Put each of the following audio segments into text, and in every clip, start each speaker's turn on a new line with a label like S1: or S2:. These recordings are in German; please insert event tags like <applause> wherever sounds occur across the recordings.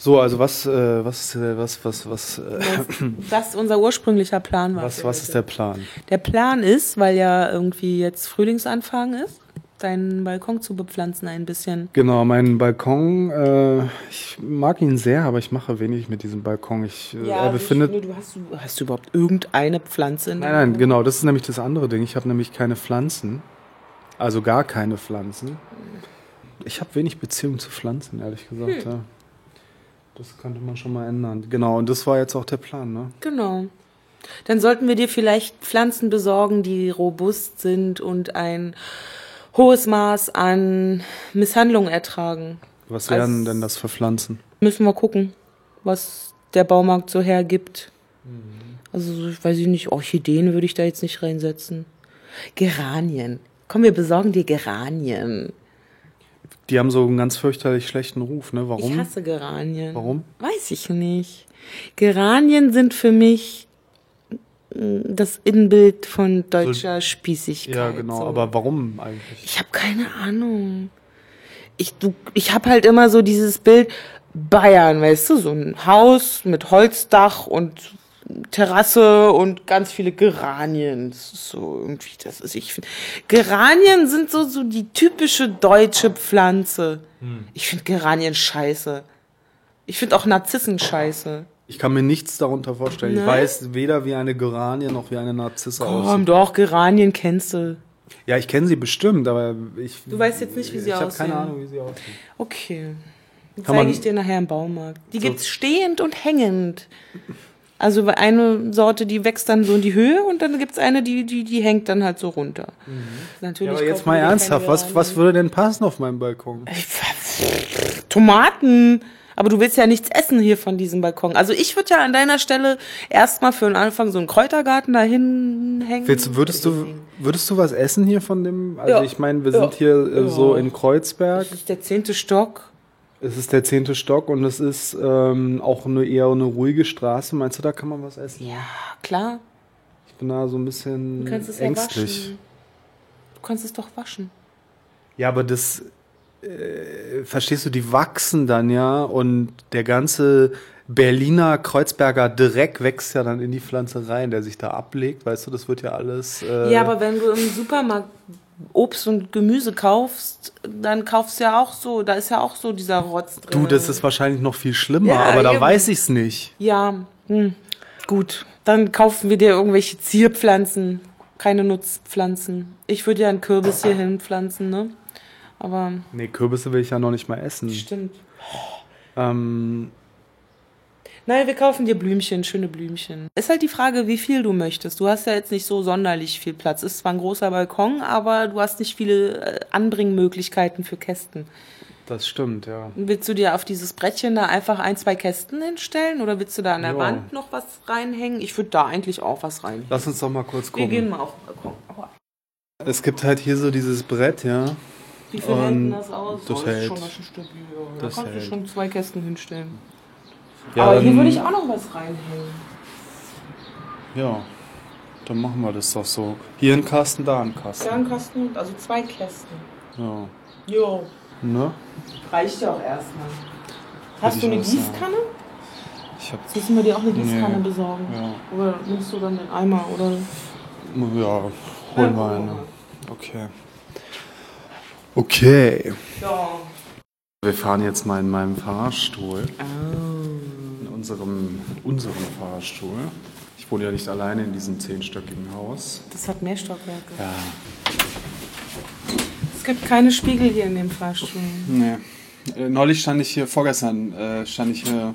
S1: So, also was, äh, was, äh, was, was, was, äh,
S2: Das unser ursprünglicher Plan war.
S1: was, was ist der Plan?
S2: Der Plan ist, weil ja irgendwie jetzt Frühlingsanfang ist, deinen Balkon zu bepflanzen ein bisschen.
S1: Genau, mein Balkon, äh, ich mag ihn sehr, aber ich mache wenig mit diesem Balkon. Ich, äh, er
S2: also
S1: befindet,
S2: du hast, hast du überhaupt irgendeine Pflanze in
S1: nein, nein, genau, das ist nämlich das andere Ding. Ich habe nämlich keine Pflanzen, also gar keine Pflanzen. Ich habe wenig Beziehung zu Pflanzen, ehrlich gesagt.
S2: Hm.
S1: Ja. Das könnte man schon mal ändern. Genau, und das war jetzt auch der Plan, ne?
S2: Genau. Dann sollten wir dir vielleicht Pflanzen besorgen, die robust sind und ein hohes Maß an Misshandlung ertragen.
S1: Was wären
S2: Also-
S1: denn das für Pflanzen?
S2: Müssen wir gucken, was der Baumarkt so hergibt.
S1: Mhm.
S2: Also, so, ich weiß nicht, Orchideen würde ich da jetzt nicht reinsetzen. Geranien. Komm, wir besorgen dir Geranien.
S1: Die haben so einen ganz fürchterlich schlechten Ruf, ne? Warum?
S2: Ich hasse Geranien.
S1: Warum?
S2: Weiß ich nicht. Geranien sind für mich mm, das Innenbild von deutscher Spießigkeit.
S1: ja, genau,
S2: so.
S1: aber warum eigentlich?
S2: Ich habe keine Ahnung. Ich, du, ich habe halt immer so dieses Bild Bayern, weißt du, so ein Haus mit Holzdach und Terrasse und ganz viele Geranien. Das ist so irgendwie, das ist, ich finde, Geranien sind so, so die typische deutsche Pflanze. Ich finde Geranien scheiße. Ich finde auch Narzissen scheiße.
S1: Ich kann mir nichts darunter vorstellen. Ich
S2: Nein?
S1: weiß weder wie eine Geranie noch wie eine Narzisse
S2: Ne? Komm,
S1: aussieht.
S2: Oh, doch, Geranien kennst du.
S1: Ja, ich kenne sie bestimmt, aber ich.
S2: Du weißt jetzt nicht, wie sie
S1: ich Ich
S2: aussehen.
S1: habe keine Ahnung, wie sie aussehen.
S2: Okay. Die
S1: Kann
S2: zeige
S1: man-
S2: ich dir nachher im Baumarkt. Die gibt's stehend und hängend. Also eine Sorte, die wächst dann so in die Höhe und dann gibt's eine, die, die, die hängt dann halt so runter. Natürlich.
S1: Mhm. Ja, aber
S2: kaufen
S1: jetzt
S2: wir
S1: mal
S2: keine
S1: ernsthaft, was,
S2: Geranien.
S1: was würde denn passen auf meinem Balkon?
S2: <laughs> Tomaten. Aber du willst ja nichts essen hier von diesem Balkon. Also ich würde ja an deiner Stelle erstmal für den Anfang so einen Kräutergarten dahin hängen.
S1: Willst, würdest, du, würdest du was essen hier von dem? Also
S2: Ja.
S1: ich meine, wir
S2: Ja.
S1: sind hier äh,
S2: Ja.
S1: so in Kreuzberg.
S2: Das ist der zehnte Stock.
S1: Es ist der zehnte Stock und es ist ähm, auch eine, eher eine ruhige Straße. Meinst du, da kann man was essen?
S2: Ja, klar.
S1: Ich bin da so ein bisschen
S2: Du kannst es ja
S1: Hm, ängstlich.
S2: waschen. Du kannst es doch waschen.
S1: Ja, aber das, äh, verstehst du, die wachsen dann ja und der ganze Berliner Kreuzberger Dreck wächst ja dann in die Pflanze rein, der sich da ablegt, weißt du, das wird ja alles. Äh,
S2: Ja, aber wenn du im Supermarkt Obst und Gemüse kaufst, dann kaufst du ja auch so, da ist ja auch so dieser Rotz drin.
S1: du, das ist wahrscheinlich noch viel schlimmer,
S2: äh, Ja,
S1: aber da
S2: eben.
S1: weiß ich's nicht.
S2: Ja, hm. gut. Dann kaufen wir dir irgendwelche Zierpflanzen, keine Nutzpflanzen. Ich würde ja einen Kürbis hier hinpflanzen, ne? Aber
S1: Nee, Kürbisse will ich ja noch nicht mal essen.
S2: stimmt.
S1: Ähm,
S2: Nein, wir kaufen dir Blümchen, schöne Blümchen. Ist halt die Frage, wie viel du möchtest. Du hast ja jetzt nicht so sonderlich viel Platz. Ist zwar ein großer Balkon, aber du hast nicht viele äh, Anbringmöglichkeiten für Kästen.
S1: das stimmt, ja.
S2: Willst du dir auf dieses Brettchen da einfach ein, zwei Kästen hinstellen oder willst du da an der
S1: Ja.
S2: Wand noch was reinhängen? Ich würde da eigentlich auch was reinhängen.
S1: Lass uns doch mal kurz
S2: Wir
S1: gucken.
S2: gehen mal auf den Balkon. Aua.
S1: Es gibt halt hier so dieses Brett, ja.
S2: Wie viel
S1: Und
S2: hält denn das aus?
S1: das
S2: oh,
S1: hält.
S2: Ist schon ganz schön stabil. Ja.
S1: Das
S2: da kannst
S1: hält.
S2: du schon zwei Kästen hinstellen.
S1: ja
S2: Aber hier
S1: dann-
S2: würde ich auch noch was reinhängen.
S1: Ja, dann machen wir das doch so. Hier ein Kasten, da ein
S2: Da
S1: Kasten.
S2: einen Kasten, also zwei Kästen.
S1: Ja.
S2: Jo,
S1: Ne?
S2: reicht ja auch erstmal. Hast
S1: ich
S2: du eine
S1: auch sagen.
S2: Gießkanne?
S1: Ich hab.
S2: Müssen wir dir auch eine Gießkanne
S1: Nee.
S2: besorgen?
S1: Ja.
S2: Oder nimmst du dann den Eimer? Oder?
S1: Ja,
S2: Ja,
S1: holen wir
S2: gucken wir
S1: eine.
S2: mal.
S1: Okay. Okay.
S2: Ja.
S1: Wir fahren jetzt mal in meinem Fahrstuhl. In unserem, unserem Fahrstuhl. Ich wohne ja nicht alleine in diesem zehnstöckigen Haus.
S2: Das hat mehr Stockwerke.
S1: Ja.
S2: Es gibt keine Spiegel hier in dem Fahrstuhl.
S1: Nee. Äh, Neulich stand ich hier, vorgestern äh, stand ich hier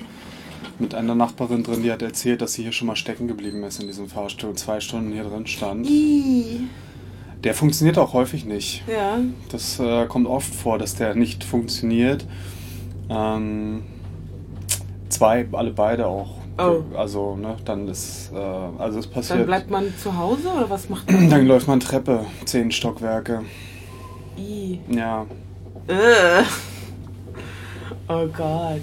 S1: mit einer Nachbarin drin, die hat erzählt, dass sie hier schon mal stecken geblieben ist in diesem Fahrstuhl. und Zwei Stunden hier drin stand.
S2: Ih.
S1: Der funktioniert auch häufig nicht.
S2: Ja.
S1: Das äh, kommt oft vor, dass der nicht funktioniert. Ähm, zwei, alle beide auch.
S2: Oh.
S1: Also, ne, dann ist, äh, also es passiert.
S2: Dann bleibt man zu Hause oder was macht man?
S1: <clears throat> Dann läuft man Treppe, zehn Stockwerke.
S2: Ih.
S1: Ja.
S2: Äh. Oh Gott.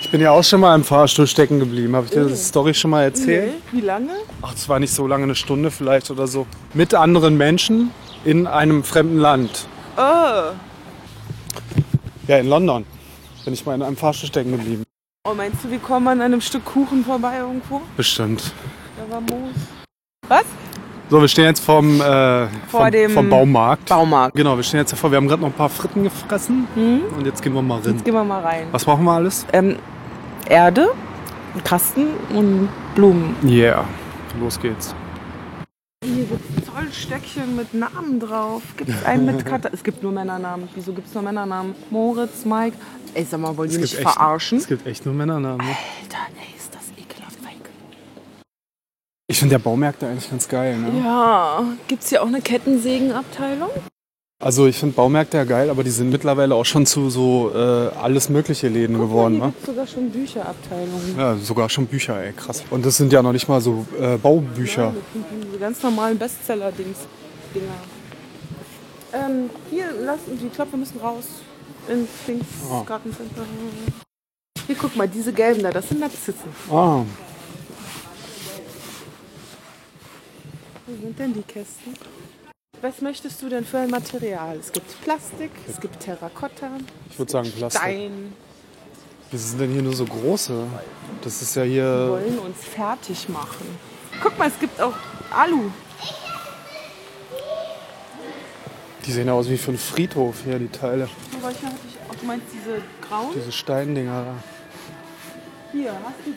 S1: Ich bin ja auch schon mal im Fahrstuhl stecken geblieben. Habe ich dir die Story schon mal erzählt?
S2: Wie lange?
S1: Ach, es war nicht so lange, eine Stunde vielleicht oder so. Mit anderen Menschen in einem fremden Land.
S2: Oh.
S1: Ja, in London bin ich mal in einem Fahrstuhl stecken geblieben.
S2: Oh, meinst du, wir kommen an einem Stück Kuchen vorbei irgendwo?
S1: Bestimmt.
S2: Da war Moos. Was?
S1: So, wir stehen jetzt vom, äh,
S2: Vor
S1: vom,
S2: dem-
S1: vom Baumarkt.
S2: Baumarkt.
S1: Genau, wir stehen jetzt davor. Wir haben gerade noch ein paar Fritten gefressen und jetzt gehen wir mal rein.
S2: Mhm. Jetzt gehen wir mal rein.
S1: Was brauchen wir alles?
S2: Ähm, Erde, einen Kasten und Blumen.
S1: Yeah, los geht's.
S2: Hier gibt es toll Stöckchen mit Namen drauf. Gibt es einen mit <laughs> Katar? Es gibt nur Männernamen. Wieso gibt es nur Männernamen? Moritz, Mike. Ey, sag mal, wollen die mich verarschen? Äh.
S1: es gibt echt nur Männernamen. ne?
S2: Alter, ey, ist das ekelhaft, Mike.
S1: Ich finde der Baumärkte eigentlich ganz geil. Ne?
S2: Ja, gibt es hier auch eine Kettensägenabteilung?
S1: Also ich finde Baumärkte ja geil, aber die sind mittlerweile auch schon zu so äh, alles mögliche Läden geworden.
S2: hier
S1: Ne?
S2: gibt es sogar schon Bücherabteilungen.
S1: Ja, sogar schon Bücher, ey, krass. Und das sind ja noch nicht mal so äh, Baubücher.
S2: Diese ganz normalen Bestseller-Dings-Dinger. Ähm, hier, lass uns, ich glaube, wir müssen raus ins Dings
S1: Ah.
S2: Gartencenter. Hier, guck mal, diese gelben da, das sind Narzissen.
S1: Ah,
S2: Wo sind denn die Kästen? Was möchtest du denn für ein Material? Es gibt Plastik, es gibt Terrakotta,
S1: ich würde sagen Plastik.
S2: Stein.
S1: Wieso sind denn hier nur so große? Das ist ja hier...
S2: wollen uns fertig machen. Guck mal, es gibt auch Alu.
S1: Die sehen ja aus wie für einen Friedhof hier, die Teile.
S2: Du, weißt ja, hatte ich auch- du meinst diese grauen?
S1: Diese Steindinger da.
S2: Hier, hast du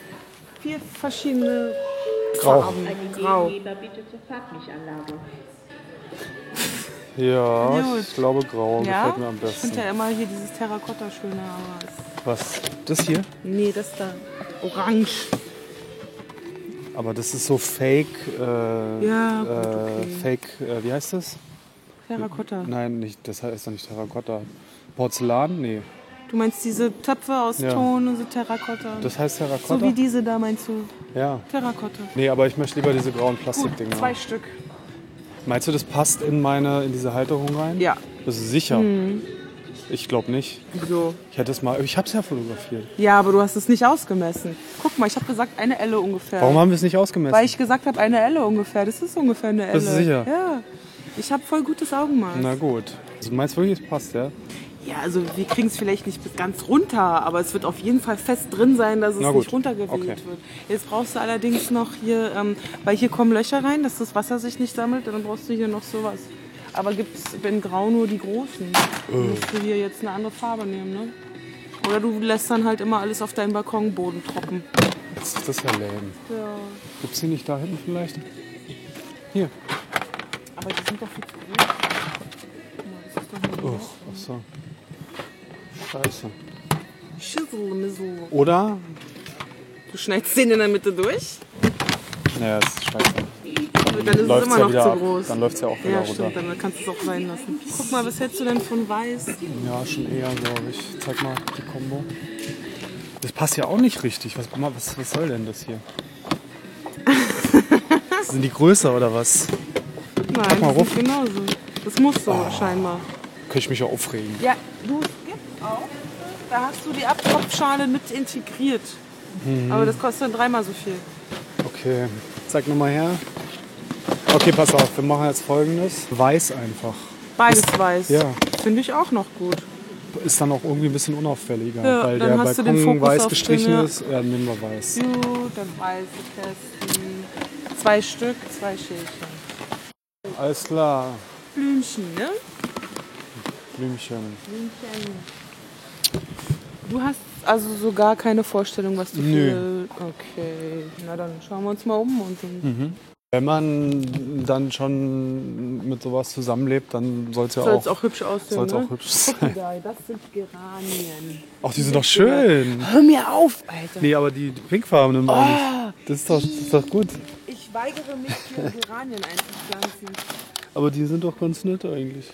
S2: vier verschiedene
S1: Grau.
S2: Farben. Grau.
S3: Geber bitte zur Fahrtmischanlage.
S1: Ja,
S2: Gut.
S1: ich glaube grau
S2: Ja,
S1: Oh, gefällt mir am
S2: ich finde
S1: besten.
S2: ja immer hier dieses Terrakotta schöner, aber es-
S1: Was? Das hier?
S2: nee, das da orange.
S1: Aber das ist so Fake... Äh,
S2: Ja,
S1: äh,
S2: gut, okay.
S1: Fake... Äh, wie heißt das?
S2: Terrakotta.
S1: Nein, nicht, das heißt doch nicht Terrakotta. Porzellan? Nee.
S2: Du meinst diese Töpfe aus
S1: Ja.
S2: Ton und so Terrakotta.
S1: Das heißt Terrakotta?
S2: so wie diese da meinst du
S1: Ja.
S2: Terrakotta.
S1: Nee, aber ich möchte lieber diese grauen
S2: Gut,
S1: Plastikdinger.
S2: zwei Stück.
S1: Meinst du, das passt in meine, in diese Halterung rein?
S2: Ja. Mhm.
S1: Das ist sicher. Ich glaube nicht.
S2: So.
S1: Ich hätte es mal, ich habe es ja fotografiert.
S2: Ja, aber du hast es nicht ausgemessen. Guck mal, ich habe gesagt eine Elle ungefähr.
S1: Warum haben wir es nicht ausgemessen?
S2: Weil ich gesagt habe eine Elle ungefähr. Das ist ungefähr eine Elle.
S1: Bist du sicher?
S2: Ja. Ich habe voll gutes Augenmaß.
S1: Na gut. Also du meinst wirklich, es passt, ja?
S2: Ja, also wir kriegen es vielleicht nicht bis ganz runter, aber es wird auf jeden Fall fest drin sein, dass es
S1: Na
S2: nicht
S1: gut,
S2: runtergeweht
S1: okay.
S2: wird. Jetzt brauchst du allerdings noch hier, ähm, weil hier kommen Löcher rein, dass das Wasser sich nicht sammelt, dann brauchst du hier noch sowas. Aber gibt's in Grau nur die großen?
S1: Äh.
S2: Dann Musst du hier jetzt eine andere Farbe nehmen, ne? Oder du lässt dann halt immer alles auf deinem Balkonboden trocken.
S1: Jetzt ist das ja lame.
S2: Ja.
S1: Gibt's die nicht da hinten vielleicht? Hier.
S2: Aber die sind doch viel zu groß. Guck mal, das ist doch nur-
S1: Oh, ach so. Scheiße.
S2: Schüsselmissel.
S1: Oder?
S2: Du schneidest den in der Mitte durch,
S1: Naja, das ist scheiße.
S2: dann ist es
S1: Läuft's
S2: immer
S1: ja
S2: noch
S1: wieder
S2: zu
S1: ab.
S2: groß.
S1: Dann läuft's ja auch wieder
S2: Ja,
S1: runter.
S2: stimmt, dann kannst du es auch sein lassen. Guck mal, was hältst du denn von weiß?
S1: Ja, schon eher, glaube ich. Zeig mal die Kombo. Das passt ja auch nicht richtig. Was, was, was soll denn das hier? Sind die größer oder was?
S2: Nein,
S1: mal Ah.
S2: das
S1: ruf.
S2: ist genauso. Das muss so scheinbar.
S1: Könnte ich mich ja aufregen.
S2: Ja, du, es gibt auch. Da hast du die Abtropfschale mit integriert.
S1: Mhm.
S2: Aber das kostet dann dreimal so viel.
S1: Okay, zeig nochmal her. Okay, pass auf, wir machen jetzt folgendes. Weiß einfach.
S2: Beides weiß.
S1: ja.
S2: Finde ich auch noch gut.
S1: Ist dann auch irgendwie ein bisschen unauffälliger,
S2: Ja,
S1: weil
S2: dann
S1: der
S2: hast du den
S1: Balkon
S2: Fokus
S1: weiß
S2: auf
S1: gestrichen
S2: den, ja.
S1: ist. Ja, nehmen wir weiß.
S2: Gut, dann weiße testen. Zwei Stück, zwei Schälchen.
S1: Alles klar,
S2: Blümchen, ne?
S1: Blümchen.
S2: Du hast also so gar keine Vorstellung, was du
S1: Nö.
S2: für... Okay, na dann schauen wir uns mal um und dann...
S1: Mhm. Wenn man dann schon mit sowas zusammenlebt, dann soll es ja
S2: Soll
S1: auch,
S2: es auch hübsch aussehen,
S1: soll's
S2: ne?
S1: auch hübsch sein. <laughs>
S2: Das sind Geranien.
S1: Ach, die sind doch schön.
S2: Hör mir auf, Alter.
S1: Nee, aber die, die pinkfarbenen waren nicht. Das ist, doch, das ist doch gut.
S2: Ich weigere mich, hier Geranien einzupflanzen.
S1: Aber die sind doch ganz nett eigentlich.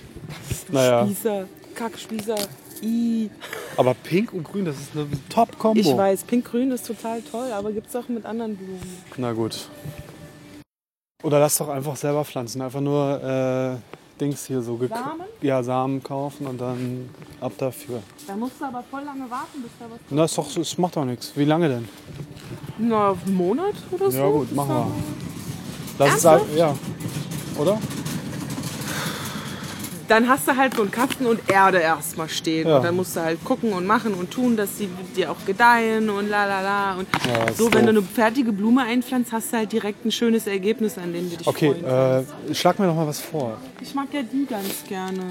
S1: Naja,
S2: Spießer, Kackspießer. I.
S1: aber pink und grün, das ist eine Top-Kombo.
S2: Ich weiß, pink-grün ist total toll, aber gibt's auch mit anderen Blumen.
S1: Na gut. Oder lass doch einfach selber pflanzen. Einfach nur äh, Dings hier so gek-
S2: Samen?
S1: Ja, Samen kaufen und dann ab dafür.
S2: Da musst du aber voll lange warten, bis da was...
S1: Na, ist doch, es macht doch nichts. Wie lange denn?
S2: Na, auf einen Monat oder so?
S1: Ja gut, machen wir. Lass es
S2: Ernsthaft?
S1: ab- ja. Oder?
S2: dann hast du halt so einen Kasten und Erde erstmal stehen.
S1: Ja.
S2: Und dann musst du halt gucken und machen und tun, dass sie dir auch gedeihen und la la la. Und
S1: Ja, ist
S2: so, wenn du
S1: doof.
S2: eine fertige Blume einpflanzt, hast du halt direkt ein schönes Ergebnis, an dem du dich
S1: Okay,
S2: freuen kannst.
S1: äh, schlag mir noch mal was vor.
S2: Ich mag ja die ganz gerne.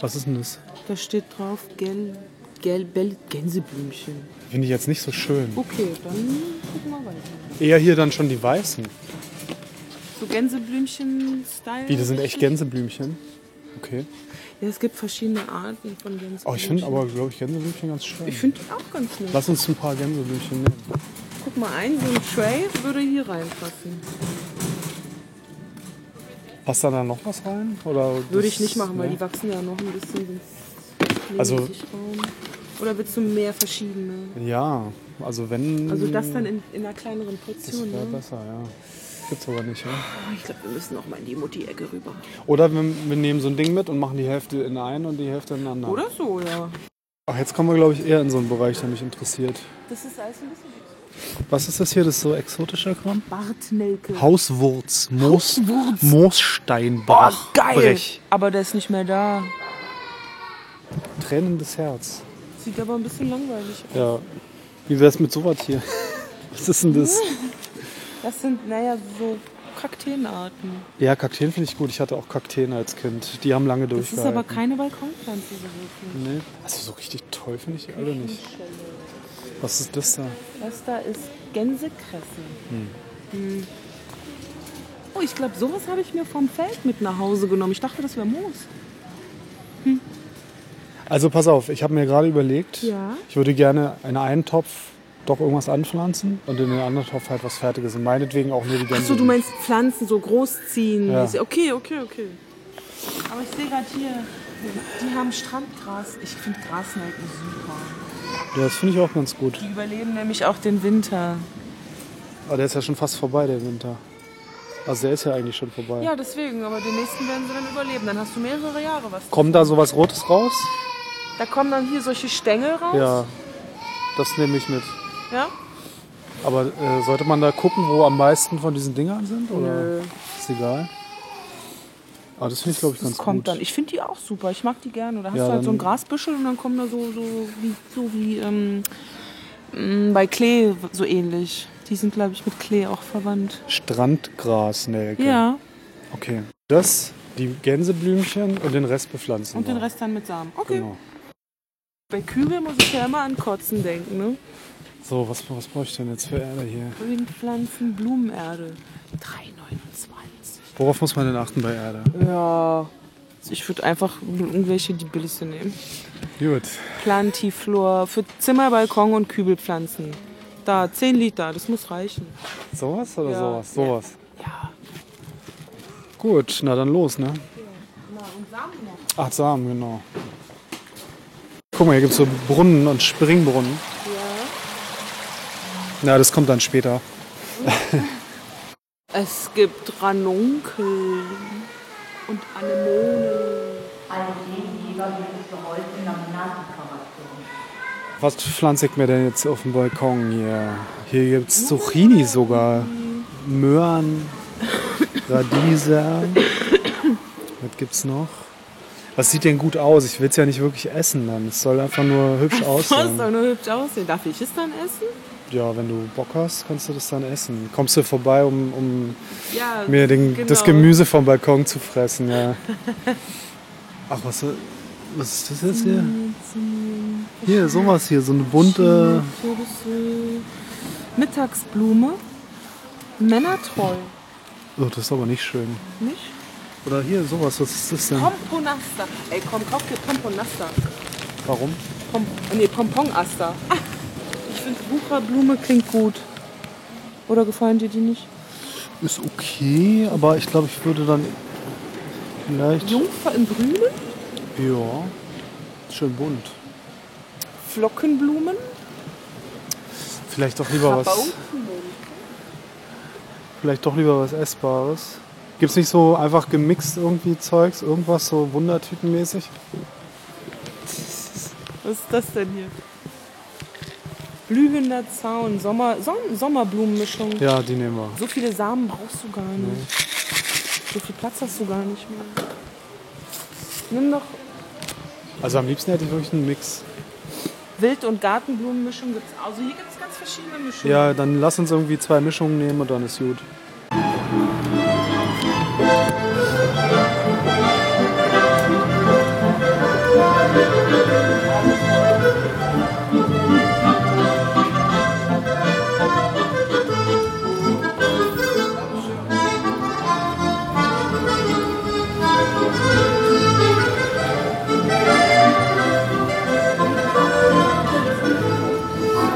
S1: Was ist denn das?
S2: Da steht drauf Gel, Gel, Bell, Gänseblümchen.
S1: Finde ich jetzt nicht so schön.
S2: Okay, dann gucken wir weiter.
S1: Eher hier dann schon die weißen.
S2: So Gänseblümchen-Style.
S1: Wie, das sind echt Gänseblümchen. Okay.
S2: Ja, es gibt verschiedene Arten von Gänseblümchen.
S1: Oh, ich finde aber, glaube ich, Gänseblümchen ganz schön.
S2: Ich finde die auch ganz nett.
S1: Lass uns ein paar Gänseblümchen nehmen.
S2: Guck mal ein, so ein Tray würde hier reinpassen.
S1: Passt da dann noch was rein? Oder
S2: Würde
S1: das-
S2: ich nicht machen, weil
S1: nee?
S2: die wachsen ja noch ein bisschen. sonst
S1: Also-
S2: nehmen die sich Raum. Oder willst du mehr verschiedene?
S1: Ja, also wenn.
S2: Also das dann in, in einer kleineren
S1: Das
S2: Portion.
S1: wäre
S2: ne?
S1: besser, ja. Gibt's aber nicht, ja.
S2: Oh, ich glaube, wir müssen noch mal in die Mutti-Ecke rüber.
S1: Oder wir, wir nehmen so ein Ding mit und machen die Hälfte in einen und die Hälfte in den anderen.
S2: Oder so, ja.
S1: Ach, jetzt kommen wir, glaube ich, eher in so einen Bereich, der mich interessiert.
S2: Das ist alles ein bisschen
S1: Was ist das hier, das so exotische Kram?
S2: Bartnelke.
S1: Hauswurz, Moos,
S2: Hauswurz. Oh,
S1: Moossteinbach. Brech.
S2: Aber der ist nicht mehr da.
S1: Tränendes Herz.
S2: Sieht aber ein bisschen langweilig aus.
S1: Ja. Wie wär's mit sowas hier? <laughs> Was ist denn das?
S2: Das sind, naja, so Kakteenarten.
S1: Ja, Kakteen finde ich gut. Ich hatte auch Kakteen als Kind. Die haben lange
S2: Das ist aber
S1: durchgehalten.
S2: keine Balkonpflanze so wirklich.
S1: Nee. Also so richtig toll finde ich die alle nicht. Was ist das da?
S2: Das da ist Gänsekresse. Hm. Oh, ich glaube, sowas habe ich mir vom Feld mit nach Hause genommen. Ich dachte, das wäre Moos.
S1: Also pass auf, ich habe mir gerade überlegt,
S2: Ja.
S1: ich würde gerne in einen Topf doch irgendwas anpflanzen und in den anderen Topf halt was Fertiges. Und meinetwegen auch nur die Gänse.
S2: Achso, du meinst Pflanzen so großziehen.
S1: Also Ja.
S2: Okay, okay, okay. Aber ich sehe gerade hier, die haben Strandgras. Ich finde Grasnelken super.
S1: Ja, das finde ich auch ganz gut.
S2: Die überleben nämlich auch den Winter.
S1: Aber der ist ja schon fast vorbei, der Winter. Also der ist ja eigentlich schon vorbei.
S2: Ja, deswegen, aber den nächsten werden sie dann überleben. Dann hast du mehrere Jahre was.
S1: Kommt da sowas Rotes raus?
S2: Da kommen dann hier solche Stängel raus.
S1: Ja. Das nehme ich mit.
S2: ja?
S1: Aber äh, sollte man da gucken, wo am meisten von diesen Dingern sind? Oder
S2: Nö.
S1: ist egal? Aber das finde ich, glaube ich,
S2: Das
S1: ganz
S2: kommt
S1: gut.
S2: dann. Ich finde die auch super. Ich mag die gerne. Da hast
S1: Ja,
S2: du halt so
S1: dann-
S2: ein Grasbüschel und dann kommen da so, so wie, so wie ähm, ähm, bei Klee so ähnlich. Die sind, glaube ich, mit Klee auch verwandt.
S1: Strandgrasnelke.
S2: Ja.
S1: Okay. Das, die Gänseblümchen und den Rest bepflanzen.
S2: Und den
S1: wir.
S2: Rest dann mit Samen. Okay.
S1: Genau.
S2: Bei Kübel muss ich ja immer an Kotzen denken, ne?
S1: So, was, was brauche ich denn jetzt für Erde hier?
S2: Grünpflanzen, Blumenerde. 3,29.
S1: Worauf muss man denn achten bei Erde?
S2: Ja. Also Ich würde einfach irgendwelche, die billigste nehmen.
S1: Gut.
S2: Plantiflor für Zimmer, Balkon und Kübelpflanzen. Da, 10 Liter, das muss reichen.
S1: Sowas oder
S2: Ja.
S1: sowas? Sowas.
S2: Ja.
S1: Gut, na dann los, ne?
S2: Na, und Samen noch.
S1: Ach, Samen, genau. Guck mal, hier gibt es so Brunnen und Springbrunnen. Ja. Na, das kommt dann später.
S2: Es gibt Ranunkel und Anemonen.
S4: Einem Nebengeber wird es geholfen, Laminaten verwalten.
S1: Was pflanze ich mir denn jetzt auf dem Balkon hier? Hier gibt es Zucchini sogar. Möhren, Radieser. Was gibt's noch? Was sieht denn gut aus? Ich will es ja nicht wirklich essen dann. Es soll einfach nur hübsch
S2: Das
S1: aussehen.
S2: soll nur hübsch aussehen. Darf ich es dann essen?
S1: Ja, wenn du Bock hast, kannst du das dann essen. Kommst du vorbei, um, um
S2: Ja.
S1: mir den, das
S2: Genau.
S1: Gemüse vom Balkon zu fressen, ja. Ach, was, was ist das jetzt hier? Hier, sowas hier, so eine bunte.
S2: Kürbisse, Mittagsblume. Männertreu,
S1: Oh, das ist aber nicht schön.
S2: nicht?
S1: Oder hier, sowas, was ist das denn?
S2: Pomponasta. Ey, komm, kauf dir Pomponasta.
S1: Warum?
S2: Pom nee, Pomponaster. Ah, ich finde Wucherblume klingt gut. Oder gefallen dir die nicht?
S1: Ist okay, aber ich glaube, ich würde dann vielleicht.
S2: Jungfer in Grünen,
S1: Ja. Schön bunt.
S2: Flockenblumen,
S1: Vielleicht doch lieber was.
S2: Rabaukenblumen.
S1: Vielleicht doch lieber was Essbares. Gibt's nicht so einfach gemixt irgendwie Zeugs, irgendwas so wundertütenmäßig?
S2: Was ist das denn hier? Blühender Zaun, Sommer, Son Sommerblumenmischung.
S1: Ja, die nehmen wir.
S2: So viele Samen brauchst du gar nicht. So viel Platz hast du gar nicht mehr. nimm doch
S1: Also am liebsten hätte ich wirklich einen Mix.
S2: Wild- und Gartenblumenmischung. Gibt's, also hier gibt es ganz verschiedene Mischungen.
S1: Ja, dann lass uns irgendwie zwei Mischungen nehmen und dann ist gut.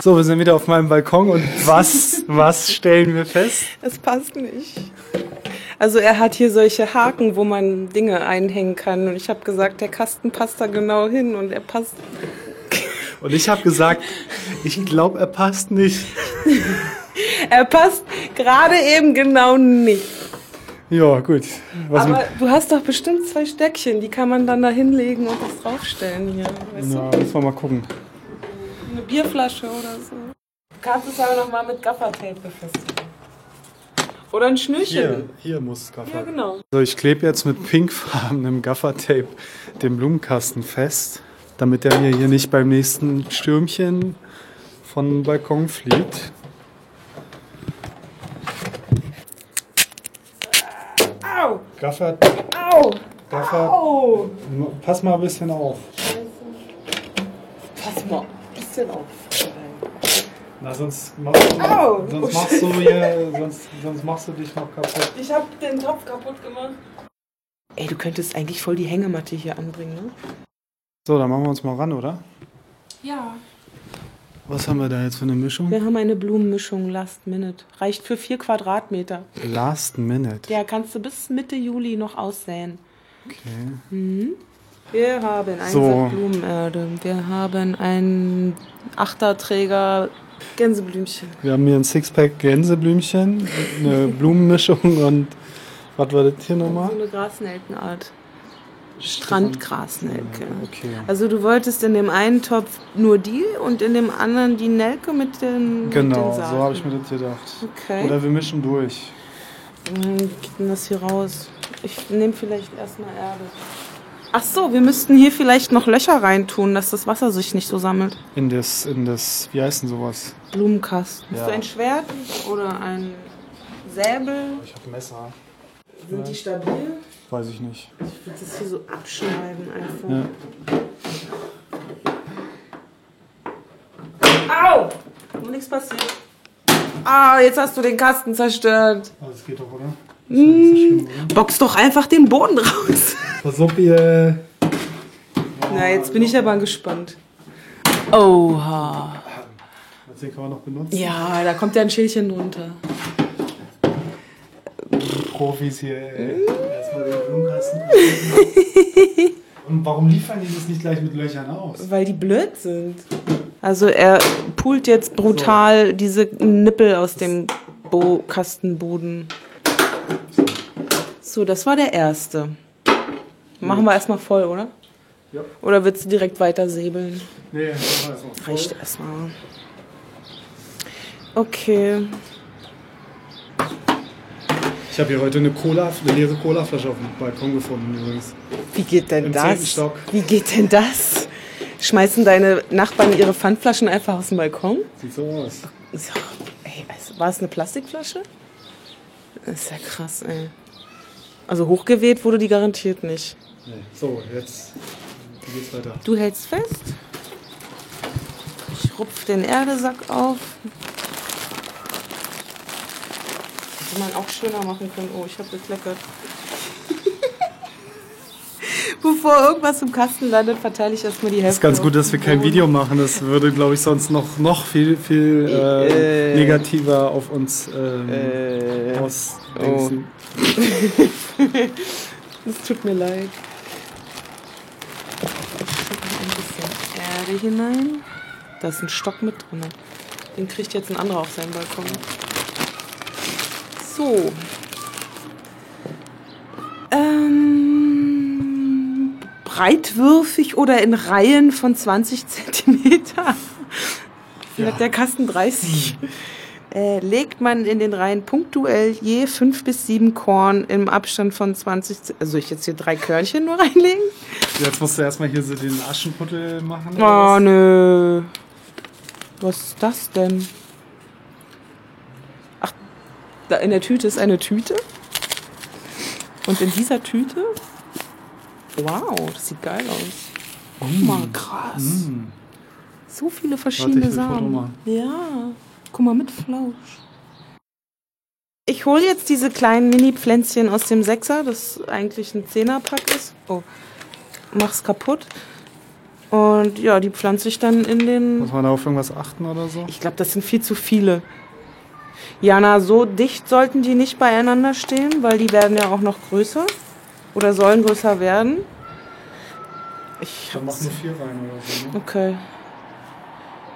S1: So, wir sind wieder auf meinem Balkon und was, was stellen wir fest?
S2: Es passt nicht. Also er hat hier solche Haken, wo man Dinge einhängen kann. Und ich habe gesagt, der Kasten passt da genau hin und er passt.
S1: Und ich habe gesagt, ich glaube, er passt nicht.
S2: Er passt gerade eben genau nicht.
S1: Ja, gut. Was
S2: Aber du hast doch bestimmt zwei Stöckchen, die kann man dann da hinlegen und das draufstellen hier. Weißt
S1: na, müssen wir mal gucken.
S2: du? Eine Bierflasche oder so. Du kannst es aber nochmal mit Gaffertape befestigen. Oder ein Schnürchen.
S1: hier muss es Gaffer.
S2: Ja, genau.
S1: So, ich klebe jetzt mit pinkfarbenem Gaffertape den Blumenkasten fest, damit der mir hier nicht beim nächsten Stürmchen von Balkon flieht.
S2: Au!
S1: Gaffer,
S2: Au!
S1: Gaffer,
S2: Au!
S1: pass mal ein bisschen auf.
S2: Pass mal ein bisschen auf.
S1: Na, sonst machst du,
S2: Au!
S1: sonst machst du, hier, sonst, sonst machst du dich noch kaputt.
S2: Ich hab den Topf kaputt gemacht. Ey, du könntest eigentlich voll die Hängematte hier anbringen, ne?
S1: So, dann machen wir uns mal ran, oder?
S2: Ja.
S1: Was haben wir da jetzt für eine Mischung?
S2: Wir haben eine Blumenmischung Last Minute. Reicht für vier Quadratmeter.
S1: Last Minute.
S2: Ja, kannst du bis Mitte Juli noch aussäen.
S1: Okay.
S2: Wir haben einen
S1: So.
S2: Sack Blumenerde. Wir haben einen Achterträger Gänseblümchen.
S1: Wir haben hier ein Sixpack Gänseblümchen, eine Blumenmischung <laughs> und was war das hier
S2: So
S1: nochmal?
S2: eine Grasnelkenart. Strandgrasnelke.
S1: Okay.
S2: Also du wolltest in dem einen Topf nur die und in dem anderen die Nelke mit den
S1: Genau,
S2: mit
S1: so
S2: den
S1: habe ich
S2: Saaten.
S1: mir das gedacht.
S2: Okay.
S1: Oder wir mischen durch.
S2: Dann geht denn das hier raus. Ich nehme vielleicht erstmal Erde. Ach so, wir müssten hier vielleicht noch Löcher reintun, dass das Wasser sich nicht so sammelt.
S1: In das, in das, wie heißt denn sowas?
S2: Blumenkasten.
S1: Ja.
S2: Hast du ein Schwert oder ein Säbel?
S1: Ich habe Messer.
S2: Sind die stabil?
S1: Weiß ich nicht.
S2: Ich würde das hier so abschneiden einfach.
S1: Ja.
S2: Au! Und nichts passiert. Ah, jetzt hast du den Kasten zerstört.
S1: Aber Also, das geht doch, oder? Das ist ja
S2: Mm.
S1: nicht so schlimm, oder?
S2: Box doch einfach den
S1: <laughs>
S2: Boden raus.
S1: Pass auf, ihr.
S2: Na, jetzt bin ich aber gespannt. Oha.
S1: Den kann man noch benutzen.
S2: Ja, da kommt ja ein Schälchen runter.
S1: Profis hier,
S2: Mm.
S1: ey. Erstmal den Blumenkasten.
S2: <laughs>
S1: Und warum liefern die das nicht gleich mit Löchern aus?
S2: Weil die blöd sind. Also er pult jetzt brutal diese Nippel aus dem Bo Kastenboden. So, das war der erste. Machen wir erstmal voll, oder?
S1: Ja.
S2: Oder willst du direkt weiter säbeln?
S1: Nee, das war jetzt noch voll.
S2: Reicht erstmal. Okay.
S1: Ich habe hier heute eine, Cola, eine leere Colaflasche auf dem Balkon gefunden übrigens.
S2: Wie geht denn
S1: Im zehnten
S2: das?
S1: Stock.
S2: Wie geht denn das? Schmeißen deine Nachbarn ihre Pfandflaschen einfach aus dem Balkon?
S1: Sieht so aus.
S2: So, ey, also, war es eine Plastikflasche? Das ist ja krass, ey. Also hochgeweht wurde die garantiert nicht.
S1: Nee. So, jetzt wie geht's weiter.
S2: Du hältst fest. Ich rupf den Erdesack auf. Hätte man auch schöner machen können. Oh, ich habe gekleckert. <laughs> Bevor irgendwas im Kasten landet, verteile ich erstmal die Hälfte. Oh,
S1: Es ist ganz gut, dass wir kein Video machen. Das würde, glaube ich, sonst noch, noch viel, viel äh,
S2: Äh.
S1: negativer auf uns ähm, ausdenken.
S2: Oh. Es tut mir leid. Ein bisschen Erde hinein. Da ist ein Stock mit drin. Den kriegt jetzt ein anderer auf seinen Balkon. So. Ähm, breitwürfig oder in Reihen von 20 Zentimeter. Vielleicht hat der Kasten 30. äh, legt man in den Reihen punktuell je fünf bis sieben Korn im Abstand von 20. ze- Also soll ich jetzt hier drei Körnchen nur <laughs> reinlegen?
S1: Jetzt musst du erstmal hier so den Aschenputtel machen.
S2: Oh, nö. Was ist das denn? Ach, da in der Tüte ist eine Tüte. Und in dieser Tüte. Wow, das sieht geil aus. Guck mal, krass.
S1: Mm.
S2: So viele
S1: Warte, ich
S2: verschiedene
S1: will Foto
S2: Samen.
S1: machen.
S2: Ja. Guck mal, mit Flausch. Ich hole jetzt diese kleinen Mini-Pflänzchen aus dem Sechser, das eigentlich ein Zehnerpack ist. Oh, mach's kaputt. Und ja, die pflanze ich dann in den.
S1: Muss man da auf irgendwas achten oder so?
S2: Ich glaube, das sind viel zu viele. Jana, so dicht sollten die nicht beieinander stehen, weil die werden ja auch noch größer. Oder sollen größer werden. Ich
S1: Dann
S2: hab's-
S1: mach nur vier rein oder so. Ne?
S2: Okay.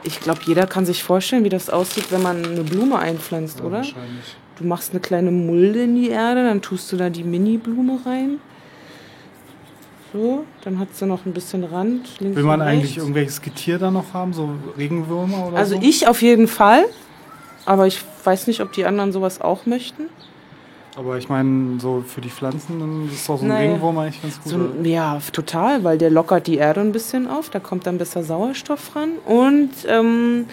S2: Ich glaube, jeder kann sich vorstellen, wie das aussieht, wenn man eine Blume einpflanzt, oder?
S1: Wahrscheinlich.
S2: Du machst eine kleine Mulde in die Erde, dann tust du da die Mini-Blume rein. So, dann hat sie noch ein bisschen Rand. Links
S1: Will man
S2: und
S1: eigentlich
S2: rechts.
S1: irgendwelches Getier da noch haben? So Regenwürmer oder
S2: Also
S1: so?
S2: ich auf jeden Fall. Aber ich weiß nicht, ob die anderen sowas auch möchten.
S1: Aber ich meine, so für die Pflanzen dann ist doch so ein
S2: Naja.
S1: Regenwurm eigentlich ganz gut.
S2: So,
S1: oder?
S2: ein- ja, total, weil der lockert die Erde ein bisschen auf, da kommt dann besser Sauerstoff ran und ähm,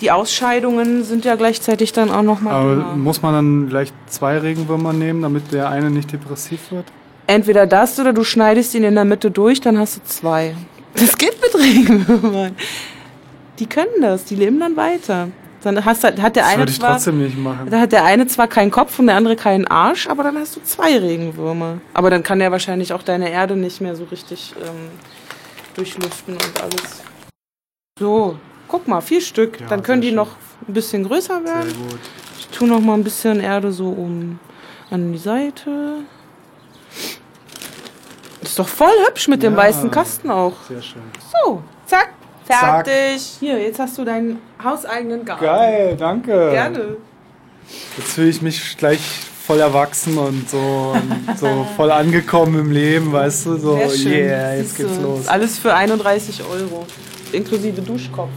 S2: die Ausscheidungen sind ja gleichzeitig dann auch nochmal.
S1: Aber muss man dann gleich zwei Regenwürmer nehmen, damit der eine nicht depressiv wird?
S2: Entweder das oder du schneidest ihn in der Mitte durch, dann hast du zwei. Das geht mit <laughs> Regenwürmern. Die können das, die leben dann weiter. Dann hast, du- hat der
S1: Das
S2: eine
S1: würde ich
S2: zwar,
S1: trotzdem nicht machen.
S2: da hat der eine zwar keinen Kopf und der andere keinen Arsch, aber dann hast du zwei Regenwürmer. Aber dann kann der wahrscheinlich auch deine Erde nicht mehr so richtig ähm, durchlüften und alles. So, guck mal, vier Stück.
S1: Ja,
S2: dann können die
S1: sehr schön.
S2: noch ein bisschen größer werden.
S1: Sehr gut.
S2: Ich tue noch mal ein bisschen Erde so um an die Seite. Ist doch voll hübsch mit dem
S1: Ja.
S2: weißen Kasten auch.
S1: Sehr schön.
S2: So, zack,
S1: Zack.
S2: fertig. Hier, jetzt hast du deinen hauseigenen Garten.
S1: Geil, danke.
S2: Gerne.
S1: Jetzt fühle ich mich gleich voll erwachsen und so, und
S2: <laughs>
S1: so voll angekommen im Leben, weißt du? So,
S2: Sehr schön.
S1: Oh yeah, jetzt
S2: Siehst du,
S1: geht's los.
S2: Alles für 31 Euro. Inklusive Duschkopf.